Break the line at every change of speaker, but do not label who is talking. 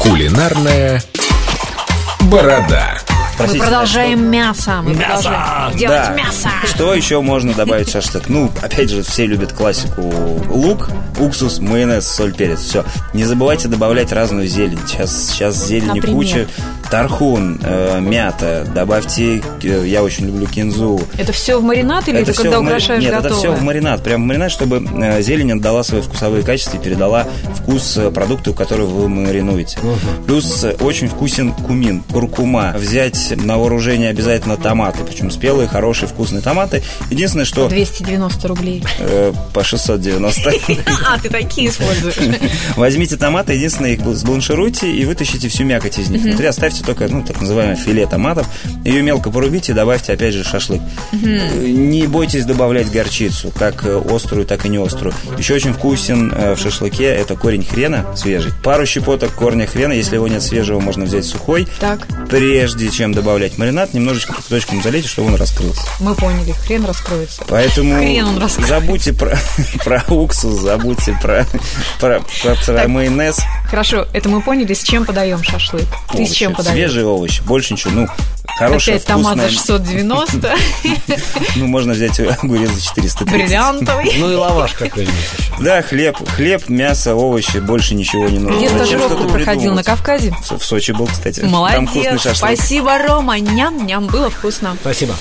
Кулинарная борода.
Мы
Простите,
продолжаем мясо. Мы продолжаем делать
да.
мясо.
Что еще можно добавить в шашлык? Ну, опять же, все любят классику. Лук, уксус, майонез, соль, перец. Все. Не забывайте добавлять разную зелень. Сейчас, сейчас зелени
Например?
куча. Тархун, э, мята. Добавьте, э, я очень люблю кинзу.
Это все в маринад или ты
всё
когда
в мари-
украшаешь
Нет,
готовое?
это все в маринад. Прям в маринад, чтобы э, зелень отдала свои вкусовые качества и передала вкус э, продукту, который вы маринуете. Плюс э, очень вкусен кумин, куркума. Взять на вооружение обязательно томаты. Причем спелые, хорошие, вкусные томаты. Единственное, что
290 рублей.
э, по 690
А, ты такие используешь.
Возьмите томаты, единственное, их сбланшируйте и вытащите всю мякоть из них. Внутри оставьте только, ну, так называемое филе томатов. Ее мелко порубите и добавьте, опять же, в шашлык. Э, Не бойтесь добавлять горчицу, как э, острую, так и не острую. Еще очень вкусен э, в шашлыке это корень хрена свежий. Пару щепоток корня хрена, если его нет свежего, можно взять сухой.
Так,
Прежде чем добавлять маринад, немножечко кусочком залейте, чтобы он раскрылся.
мы поняли, хрен раскроется.
Поэтому
Хрен он раскроет.
забудьте про, про уксус, забудьте про, про, про, про майонез.
Хорошо, это мы поняли, с чем подаем шашлык. Ты с
Овощи.
чем подаешь?
Свежие овощи, больше ничего. Ну, хорошая,
Опять томат
вкусная.
за 690,
Ну, можно взять огурец за 430.
бриллиантовый.
Ну и лаваш какой-нибудь еще.
Да, хлеб, хлеб, мясо, овощи, больше ничего не нужно.
Где
Зачем
стажировку
что-то
проходил? На
придумывать?
Кавказе?
В Сочи был, кстати. Там вкусный
Молодец,
шашлык.
спасибо, Рома, ням-ням, было вкусно.
Спасибо.